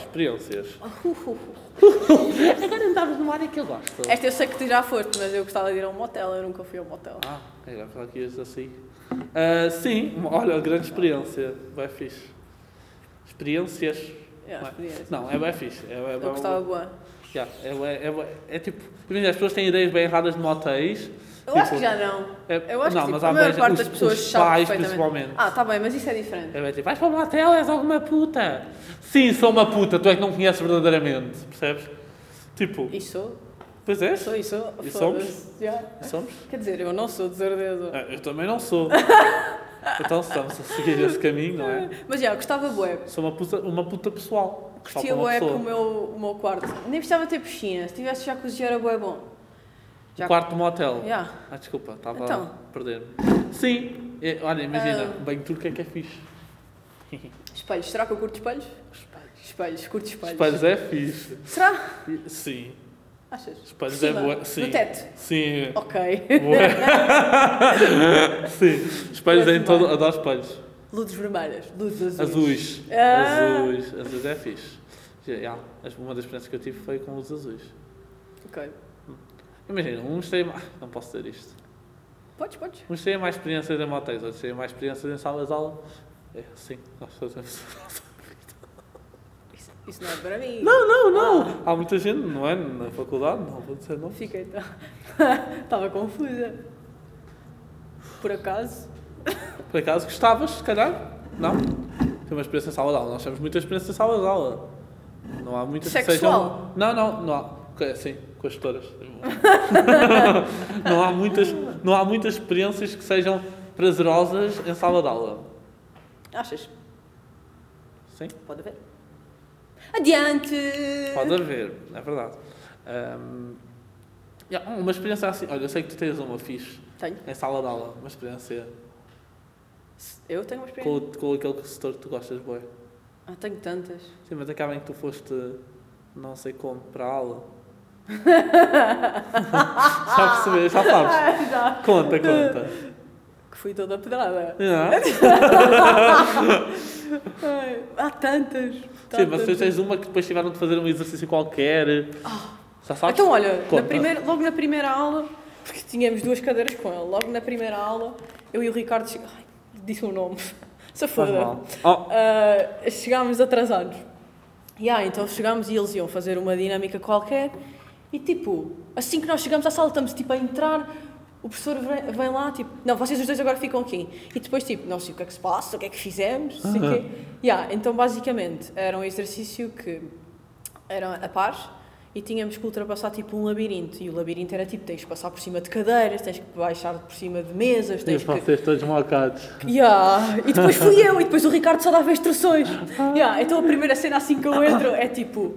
Speaker 2: experiências. Agora andavas numa área que eu gosto.
Speaker 1: Esta eu sei que tu já foste, mas eu gostava de ir a um motel, eu nunca fui a um motel.
Speaker 2: Ah, agora falar que ias assim. Ah, sim, uma- olha, grande experiência. Bem fixe. Experiências.
Speaker 1: É, a experiência.
Speaker 2: Não, é bem fixe. É, é,
Speaker 1: Eu gostava bué.
Speaker 2: Yeah, é, bué- é, bué- é tipo. Imagina, as pessoas têm ideias bem erradas de motéis.
Speaker 1: Eu acho que já não.
Speaker 2: É,
Speaker 1: Eu acho
Speaker 2: não,
Speaker 1: que
Speaker 2: mas
Speaker 1: tipo,
Speaker 2: há
Speaker 1: a maior
Speaker 2: bué-
Speaker 1: parte
Speaker 2: os-
Speaker 1: das pessoas
Speaker 2: os
Speaker 1: sabe
Speaker 2: pais,
Speaker 1: perfeitamente.
Speaker 2: principalmente.
Speaker 1: Ah, tá bem, mas isso é diferente.
Speaker 2: É bem tipo, vais para um motel, és alguma puta. Sim, sou uma puta, tu é que não conheces verdadeiramente, percebes? Tipo,
Speaker 1: E sou?
Speaker 2: pois é,
Speaker 1: Sou e sou?
Speaker 2: E
Speaker 1: Foda-se. Já.
Speaker 2: somos?
Speaker 1: Quer dizer, eu não sou, de certeza.
Speaker 2: Ah, eu também não sou. então estamos a seguir esse caminho, não é?
Speaker 1: Mas já, eu gostava bué.
Speaker 2: Sou uma puta, uma puta pessoal. Só
Speaker 1: Curtia
Speaker 2: para uma
Speaker 1: bué
Speaker 2: pessoa.
Speaker 1: com o meu, o meu quarto. Nem precisava ter piscina. Se tivesse jacuzzi era bué bom.
Speaker 2: O quarto do motel.
Speaker 1: Já.
Speaker 2: Ah, desculpa, estava
Speaker 1: Então. Ah.
Speaker 2: a perder-me. Sim, é, olha, imagina, banho turco é que é fixe.
Speaker 1: Espelhos. Será que eu curto espelhos? Espelhos. Curto espelhos.
Speaker 2: Espelhos é fixe.
Speaker 1: Será?
Speaker 2: Sim.
Speaker 1: Achas?
Speaker 2: Espelhos é
Speaker 1: Cima,
Speaker 2: boa. Sim.
Speaker 1: No teto.
Speaker 2: Sim. é
Speaker 1: Ok.
Speaker 2: Bué. Sim. Espelhos é em todo. Adoro espelhos.
Speaker 1: Luzes vermelhas. Luzes azuis.
Speaker 2: Azuis.
Speaker 1: Ah.
Speaker 2: Azuis. Azuis é fixe. Já, já. Mas Uma das experiências que eu tive foi com os azuis.
Speaker 1: Ok.
Speaker 2: Imagina, uns têm mais. Não posso dizer isto.
Speaker 1: Podes, podes.
Speaker 2: Uns têm é mais experiências em motéis, outros têm mais experiências em salas de aula. É assim que nós fazemos.
Speaker 1: Isso, isso não é para mim.
Speaker 2: Não, não, não! Há muita gente, não é? Na faculdade, não vou dizer não.
Speaker 1: Fiquei então. Estava confusa. Por acaso?
Speaker 2: Por acaso gostavas, se calhar? Não? Tem uma experiência em sala de aula. Nós temos muita experiência em sala de aula. Não há muitas
Speaker 1: Sexual?
Speaker 2: que sejam. Não, não, não há. Ok, Sim, com as tutoras. não, há muitas, não há muitas experiências que sejam prazerosas em sala de aula.
Speaker 1: Achas?
Speaker 2: Sim?
Speaker 1: Pode haver. Adiante!
Speaker 2: Pode haver, é verdade. Ahm, yeah, uma experiência assim. Olha, eu sei que tu tens uma fixe
Speaker 1: Tenho.
Speaker 2: em sala de aula. Uma experiência
Speaker 1: Eu tenho uma
Speaker 2: com,
Speaker 1: experiência.
Speaker 2: o- com aquele setor que tu gostas, boi.
Speaker 1: Ah, tenho tantas.
Speaker 2: Sim, mas acaba em que tu foste, não sei como, para a aula. já percebes, já sabes.
Speaker 1: Já.
Speaker 2: Conta, conta.
Speaker 1: Que fui toda pedrada.
Speaker 2: Não?
Speaker 1: Ai, há tantas.
Speaker 2: Sim,
Speaker 1: tantas.
Speaker 2: mas tu tens uma que depois tiveram de fazer um exercício qualquer. Já sabes?
Speaker 1: Então, olha, na
Speaker 2: Conta.
Speaker 1: primeira- logo na primeira aula, porque tínhamos duas cadeiras com ele, logo na primeira aula, eu e o Ricardo chegámos. Ai, disse o nome.
Speaker 2: Faz
Speaker 1: Safada.
Speaker 2: mal. Oh,
Speaker 1: Ah, chegámos atrasados. E ah, então chegámos e eles iam fazer uma dinâmica qualquer. E tipo, assim que nós chegamos à sala, estamos tipo a entrar. O professor vem, vem lá, tipo, não, vocês os dois agora ficam aqui. E depois, tipo, não sei o que é que se passa, o que é que fizemos, não sei o quê. Yeah, então, basicamente, era um exercício que era a par e tínhamos que ultrapassar, tipo, um labirinto. E o labirinto era, tipo, tens que passar por cima de cadeiras, tens que baixar por cima de mesas,
Speaker 2: e
Speaker 1: tens que...
Speaker 2: vocês todos mocados.
Speaker 1: Yeah. E depois fui eu, e depois o Ricardo só dava instruções. Yeah. Então a primeira cena assim que eu entro é tipo.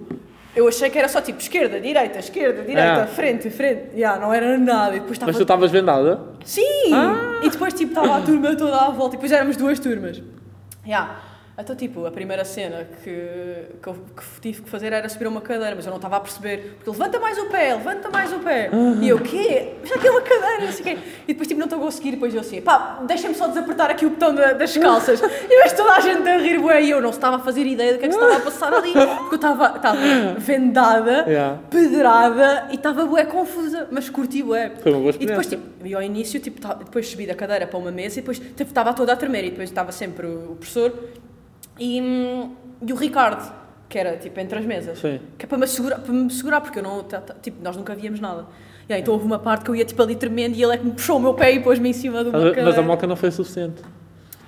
Speaker 1: Eu achei que era só tipo esquerda, direita, esquerda, direita,
Speaker 2: Ah.
Speaker 1: frente, frente. Yeah, não era nada. E depois
Speaker 2: Mas tu
Speaker 1: estava.
Speaker 2: estavas vendada?
Speaker 1: Sim!
Speaker 2: Ah.
Speaker 1: E depois tipo estava a turma toda à volta e depois éramos duas turmas. Yeah. Então tipo, a primeira cena que, que eu que tive que fazer era subir uma cadeira, mas eu não estava a perceber. Porque levanta mais o pé, levanta mais o pé. E eu, quê? Já que é uma cadeira, não sei o quê. E depois tipo, não estou a conseguir. E depois eu assim, pá, deixa-me só desapertar aqui o botão da- das calças. E vejo toda a gente a rir, bué. E eu não estava a fazer ideia do que é que estava a passar ali. Porque eu estava estava vendada
Speaker 2: Yeah.
Speaker 1: pedrada e estava bué confusa, mas curti bué.
Speaker 2: Foi uma boa
Speaker 1: E depois,
Speaker 2: experiência.
Speaker 1: tipo, e ao início, tipo, ta- depois subi da cadeira para uma mesa e depois tipo, estava toda a tremer e depois estava sempre o o professor e, hum, e o Ricardo, que era, tipo, entre as mesas.
Speaker 2: Sim.
Speaker 1: Que é para me segurar, para me segurar porque eu não, ta- ta- tipo, nós nunca víamos nada. E aí, então houve uma parte que eu ia, tipo, ali tremendo e ele é que me puxou o meu pé e pôs-me em cima de uma cadeira.
Speaker 2: Mas a moca não foi suficiente.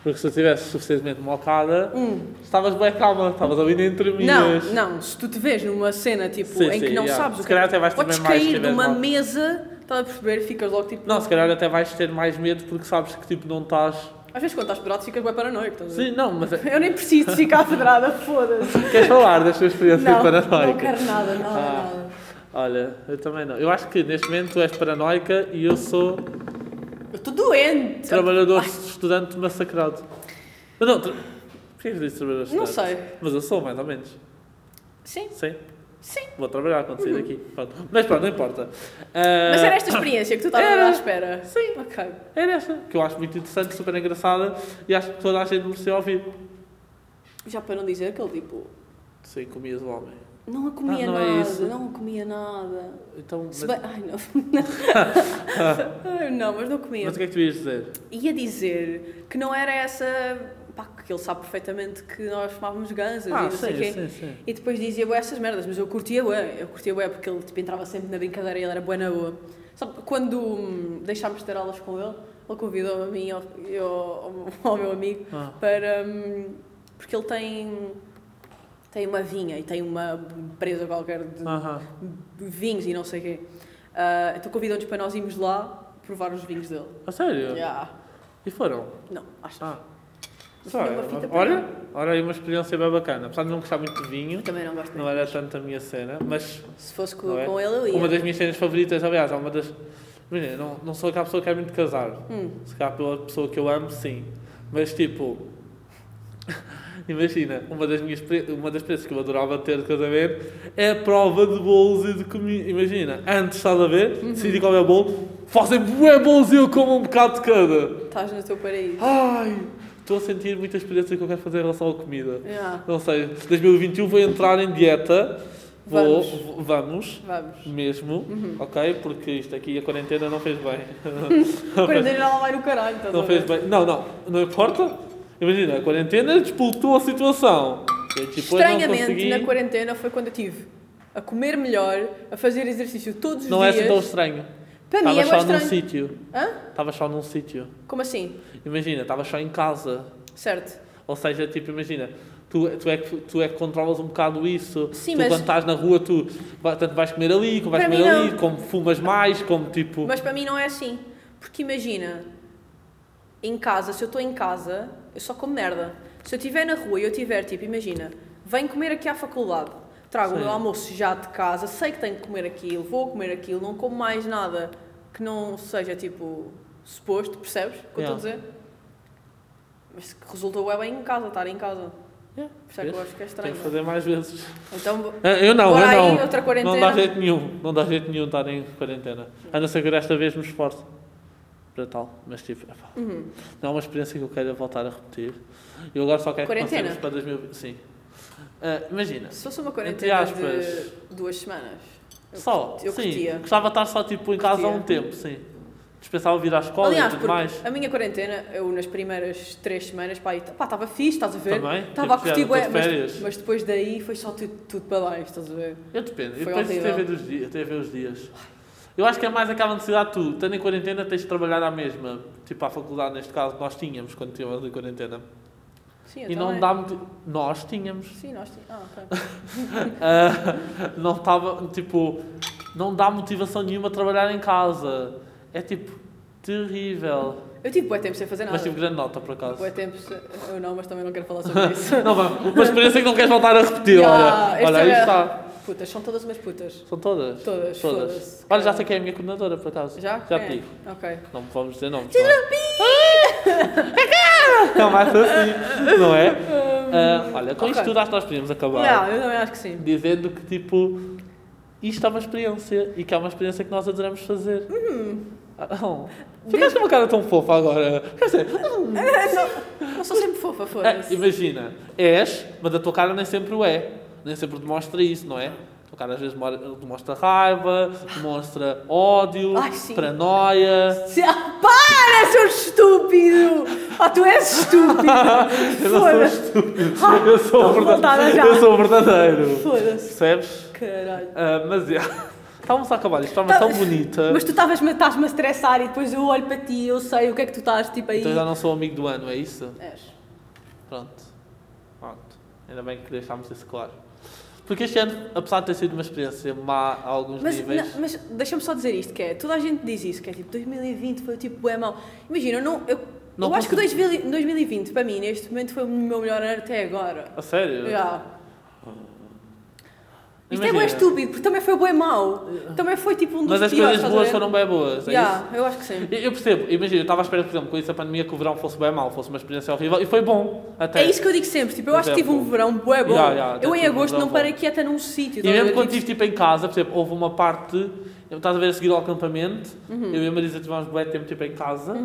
Speaker 2: Porque se tu estivesse suficientemente mocada,
Speaker 1: Hum.
Speaker 2: estavas bem calma, estavas ali nem
Speaker 1: Não,
Speaker 2: tremias.
Speaker 1: não, se tu te vês numa cena, tipo,
Speaker 2: Sim,
Speaker 1: em que
Speaker 2: sim,
Speaker 1: não
Speaker 2: yeah.
Speaker 1: sabes o
Speaker 2: Se
Speaker 1: que é
Speaker 2: calhar
Speaker 1: que-
Speaker 2: até vais tremer
Speaker 1: podes
Speaker 2: mais se
Speaker 1: cair de
Speaker 2: tiveres
Speaker 1: uma
Speaker 2: mal.
Speaker 1: mesa, estás a perceber, ficas logo, tipo...
Speaker 2: Não, se calhar até vais ter mais medo porque sabes que tipo não estás.
Speaker 1: Às vezes quando estás pedrado ficas bem paranoico, estás a ver?
Speaker 2: Sim, não, mas é-
Speaker 1: Eu nem preciso de ficar pedrada, foda-se.
Speaker 2: queres falar das tuas experiências
Speaker 1: Não,
Speaker 2: paranoicas?
Speaker 1: não quero nada, nada,
Speaker 2: Ah.
Speaker 1: nada.
Speaker 2: Olha, eu também não. Eu acho que neste momento tu és paranoica e eu sou
Speaker 1: Então, Eu estou doente.
Speaker 2: trabalhador estudante massacrado. Mas não, tra... porquê que eu disse trabalhador
Speaker 1: Não
Speaker 2: estudante?
Speaker 1: sei.
Speaker 2: Mas eu sou, mais ou menos.
Speaker 1: Sim,
Speaker 2: Sim.
Speaker 1: sim.
Speaker 2: Vou trabalhar quando sair daqui. Pronto. Mas pronto, não importa. Ah,
Speaker 1: Uhum. Mas era esta experiência que tu estavas
Speaker 2: Era.
Speaker 1: à espera.
Speaker 2: Sim.
Speaker 1: Ok.
Speaker 2: Era esta, É que eu acho muito interessante, super engraçada e acho que toda a gente mereceu ouvir.
Speaker 1: Já para não dizer que ele tipo.
Speaker 2: Sim, comias o homem.
Speaker 1: Não a comia
Speaker 2: Não, não é
Speaker 1: nada,
Speaker 2: isso.
Speaker 1: não a comia nada.
Speaker 2: Então, mas,
Speaker 1: Se bem... Ai não. Ai, não, mas não comia.
Speaker 2: mas o que é que tu ias dizer?
Speaker 1: Ia dizer que não era essa. Pá, que ele sabe perfeitamente que nós fumávamos ganzas
Speaker 2: Ah,
Speaker 1: e não sei é. o quê.
Speaker 2: sim, sim.
Speaker 1: E depois dizia bué essas merdas, mas eu curtia bué, eu curtia bué porque ele tipo, entrava sempre na brincadeira e ele era bué na boa. Só que quando hum, deixámos de ter aulas com ele, ele convidou-me a mim e ao, e ao- ao meu amigo
Speaker 2: Ah,
Speaker 1: para... hum, porque ele tem, tem uma vinha e tem uma empresa qualquer
Speaker 2: Ah.
Speaker 1: de
Speaker 2: aham.
Speaker 1: vinhos e não sei o quê. Ah, então convidou-nos para nós irmos lá provar os vinhos dele.
Speaker 2: A sério?
Speaker 1: Yeah.
Speaker 2: E foram?
Speaker 1: Não, acho que
Speaker 2: Ah.
Speaker 1: Mas
Speaker 2: Só,
Speaker 1: tinha uma fita para
Speaker 2: olha, olha aí uma experiência bem bacana. Apesar de não gostar muito de vinho,
Speaker 1: também não gosto
Speaker 2: não
Speaker 1: muito.
Speaker 2: era tanto a minha cena, mas
Speaker 1: Se fosse co-
Speaker 2: Não é?
Speaker 1: com ele, eu ia.
Speaker 2: uma das minhas cenas favoritas, aliás, é uma das. Imagina, não, não sou aquela pessoa que quer muito casar.
Speaker 1: Hum.
Speaker 2: Se calhar pela pessoa que eu amo, sim. Mas tipo. Imagina, uma das minhas experi- uma das experiências que eu adorava ter de casamento é a prova de bolos e de comida. Imagina, antes estás a ver, decidi qual é o bolo, fazem bué bolos e eu como um bocado de cada.
Speaker 1: Estás no teu paraíso.
Speaker 2: Ai, estou a sentir muita experiência que eu quero fazer em relação à comida.
Speaker 1: Yeah.
Speaker 2: Não sei, 2021 vou entrar em dieta. Vou,
Speaker 1: Vamos.
Speaker 2: vou- vamos,
Speaker 1: Vamos.
Speaker 2: mesmo, ok? Porque isto aqui, a quarentena não fez bem.
Speaker 1: Quarentena ela vai no caralho, estás
Speaker 2: não
Speaker 1: a
Speaker 2: fez
Speaker 1: ver?
Speaker 2: bem. Não, não, não importa. Imagina, a quarentena despoltou a situação. Eu, tipo, eu não,
Speaker 1: Estranhamente,
Speaker 2: consegui...
Speaker 1: na quarentena foi quando eu tive a comer melhor, a fazer exercício todos os
Speaker 2: não é
Speaker 1: dias.
Speaker 2: assim tão estranho.
Speaker 1: Para mim
Speaker 2: Estava
Speaker 1: é
Speaker 2: só
Speaker 1: bastante.
Speaker 2: num sítio.
Speaker 1: Hã?
Speaker 2: Estava só num sítio.
Speaker 1: Como assim?
Speaker 2: Imagina, estava só em casa.
Speaker 1: Certo.
Speaker 2: Ou seja, tipo, imagina, tu, tu, é, que, tu é que controlas um bocado isso.
Speaker 1: Sim,
Speaker 2: tu
Speaker 1: mas-
Speaker 2: quando estás na rua, tu vai- tanto vais comer ali, como vais
Speaker 1: Para
Speaker 2: comer
Speaker 1: mim,
Speaker 2: ali,
Speaker 1: não.
Speaker 2: como fumas mais, como tipo.
Speaker 1: Mas para mim não é assim. Porque imagina, em casa, se eu estou em casa, eu só como merda. Se eu estiver na rua e eu tiver, tipo, imagina, venho comer aqui à faculdade, trago o
Speaker 2: Sim.
Speaker 1: meu almoço já de casa, sei que tenho que comer aquilo, vou comer aquilo, não como mais nada que não seja, tipo, suposto, percebes o que eu estou a dizer? Mas que resultou é bem em casa, estar em casa.
Speaker 2: Yeah,
Speaker 1: Já que eu
Speaker 2: vês?
Speaker 1: acho que é
Speaker 2: Tem
Speaker 1: estranho.
Speaker 2: que fazer mais vezes.
Speaker 1: Então, bo-
Speaker 2: Ah, Eu não,
Speaker 1: Bora
Speaker 2: eu
Speaker 1: aí,
Speaker 2: não.
Speaker 1: outra quarentena.
Speaker 2: Não dá jeito nenhum. Não dá jeito nenhum estar em quarentena. A não ser que eu desta vez me esforce para tal. Mas tipo, epá,
Speaker 1: Uhum.
Speaker 2: não é uma experiência que eu queira voltar a repetir. Eu agora só quero
Speaker 1: Quarentena?
Speaker 2: que passemos para 2020. Sim. Ah, imagina.
Speaker 1: se fosse uma quarentena
Speaker 2: aspas.
Speaker 1: de duas semanas, eu
Speaker 2: Só.
Speaker 1: curti- eu
Speaker 2: sim.
Speaker 1: curtia.
Speaker 2: Gostava de estar só tipo em casa há um
Speaker 1: Curtia.
Speaker 2: tempo, sim. Dispensava vir à escola
Speaker 1: Aliás,
Speaker 2: é e
Speaker 1: porque
Speaker 2: tudo mais.
Speaker 1: a minha quarentena, eu nas primeiras três semanas, pá, estava fixe, estás a ver?
Speaker 2: Também,
Speaker 1: Estava a
Speaker 2: tipo, já
Speaker 1: curtir,
Speaker 2: estou de
Speaker 1: bué, mas,
Speaker 2: férias.
Speaker 1: mas depois daí foi só tudo, tudo para baixo, estás a ver?
Speaker 2: Eu dependo.
Speaker 1: Foi
Speaker 2: Eu depois tem a, ver
Speaker 1: horrível.
Speaker 2: dos dias, tem a ver os dias. Eu acho que é mais aquela necessidade de tu, estando em quarentena, tens de trabalhar à mesma. Tipo, à faculdade, neste caso, nós tínhamos quando tínhamos em quarentena.
Speaker 1: Sim, eu
Speaker 2: E não
Speaker 1: também.
Speaker 2: dá muito. Nós tínhamos.
Speaker 1: Sim, nós tínhamos. Ah, ok.
Speaker 2: Ah, não estava. Tipo, não dá motivação nenhuma trabalhar em casa. É tipo, terrível.
Speaker 1: Eu tive bué tempo sem fazer nada.
Speaker 2: Mas tive um grande nota, por acaso.
Speaker 1: Bué tempo, se- eu não, mas também não quero falar sobre isso.
Speaker 2: Não, vá, uma experiência é que não queres voltar a repetir,
Speaker 1: Yeah,
Speaker 2: olha. Olha,
Speaker 1: esta
Speaker 2: aí
Speaker 1: é-
Speaker 2: está.
Speaker 1: Putas, são todas umas putas.
Speaker 2: São todas.
Speaker 1: Todas,
Speaker 2: Todas.
Speaker 1: foda-se.
Speaker 2: Olha, já sei quem é a minha coordenadora, por acaso.
Speaker 1: Já?
Speaker 2: Já te
Speaker 1: É,
Speaker 2: digo.
Speaker 1: Ok.
Speaker 2: Não vamos dizer nomes. Não, mas assim, não é? Ah, olha, com isto
Speaker 1: Ok.
Speaker 2: tudo acho que nós podíamos acabar
Speaker 1: Yeah, Hum. eu também acho que sim.
Speaker 2: dizendo que tipo isto é uma experiência e que é uma experiência que nós adoramos fazer.
Speaker 1: Uhum.
Speaker 2: Ah, não. Ficaste com uma cara tão fofa agora. Quer dizer, hum.
Speaker 1: Eu sou sempre fofa,
Speaker 2: Ah,
Speaker 1: foda-se.
Speaker 2: imagina, és, mas a tua cara nem sempre o é. Nem sempre demonstra isso, não é? A tua cara às vezes mora- demonstra raiva, demonstra ódio,
Speaker 1: Ai, sim.
Speaker 2: paranoia.
Speaker 1: Se- Ah, para, seu estúpido! Ah, tu és estúpido!
Speaker 2: Eu não sou
Speaker 1: Foda-se!
Speaker 2: estúpido. Eu sou,
Speaker 1: estou revoltada
Speaker 2: verdadeiro.
Speaker 1: já.
Speaker 2: eu sou verdadeiro.
Speaker 1: Foda-se!
Speaker 2: Percebes?
Speaker 1: Caralho!
Speaker 2: Ah, mas é. Estávamos a acabar isto de forma tão bonita.
Speaker 1: Tá. Mas tu estavas-me- estás-me a estressar e depois eu olho para ti eu sei o que é que tu estás, tipo aí.
Speaker 2: Então já não sou amigo do ano, é isso?
Speaker 1: És.
Speaker 2: Pronto. Pronto. Ainda bem que deixámos isso claro. Porque este ano, apesar de ter sido uma experiência má a alguns
Speaker 1: Mas,
Speaker 2: níveis,
Speaker 1: não, mas deixa-me só dizer isto, que é, toda a gente diz isso, que é tipo, 2020 foi o tipo, é mau. Imagina, eu não, eu,
Speaker 2: Não
Speaker 1: eu acho que
Speaker 2: consigo.
Speaker 1: 2020, 2020, para mim, neste momento, foi o meu melhor ano até agora.
Speaker 2: a sério?
Speaker 1: Já. Isto é bem
Speaker 2: Imagina.
Speaker 1: estúpido, porque também foi bem mau. Também foi tipo um dos
Speaker 2: Mas as
Speaker 1: piores,
Speaker 2: coisas
Speaker 1: estás a
Speaker 2: boas
Speaker 1: ver?
Speaker 2: foram bem boas, é isso?
Speaker 1: Já, eu acho que sim.
Speaker 2: Eu eu percebo, imagina, eu estava à espera, por exemplo, com isso a pandemia, que o verão fosse bem mal, fosse uma experiência horrível, e foi bom, até.
Speaker 1: É isso que eu digo sempre, tipo, eu
Speaker 2: Mas
Speaker 1: acho
Speaker 2: é
Speaker 1: que tive um
Speaker 2: bom.
Speaker 1: verão bué bom.
Speaker 2: Yeah, yeah,
Speaker 1: eu
Speaker 2: deve
Speaker 1: em
Speaker 2: ter um
Speaker 1: agosto
Speaker 2: verão
Speaker 1: não parei
Speaker 2: bom.
Speaker 1: quieta num sítio.
Speaker 2: E
Speaker 1: estás a
Speaker 2: mesmo
Speaker 1: ver?
Speaker 2: quando estive
Speaker 1: Tipo,
Speaker 2: tipo, em casa, por exemplo, houve uma parte, eu estás a ver a seguir ao acampamento,
Speaker 1: Uhum.
Speaker 2: eu e a Marisa tivemos bué tempo tipo, em casa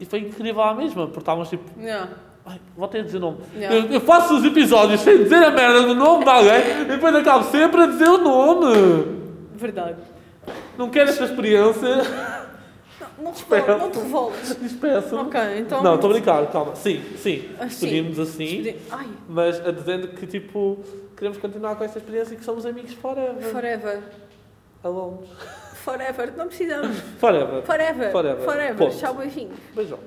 Speaker 2: e foi incrível à mesma, porque estávamos tipo,
Speaker 1: yeah.
Speaker 2: ai, voltei a dizer o nome.
Speaker 1: Yeah.
Speaker 2: Eu, eu faço os episódios sem dizer a merda do nome de alguém e depois acabo sempre a dizer o nome.
Speaker 1: Verdade.
Speaker 2: Não quero esta experiência.
Speaker 1: Não, não, te revol- não te revolves.
Speaker 2: Despeço.
Speaker 1: Ok, então.
Speaker 2: Não, estou a brincar, calma. Sim, sim.
Speaker 1: Ah, sim.
Speaker 2: Despedimos assim,
Speaker 1: Ai,
Speaker 2: mas a dizendo que tipo, queremos continuar com esta experiência e que somos amigos forever.
Speaker 1: forever.
Speaker 2: Alone.
Speaker 1: Forever. Não precisamos.
Speaker 2: Forever.
Speaker 1: Forever.
Speaker 2: Forever.
Speaker 1: Forever.
Speaker 2: Ponto.
Speaker 1: Tchau, beijinho.
Speaker 2: Beijão.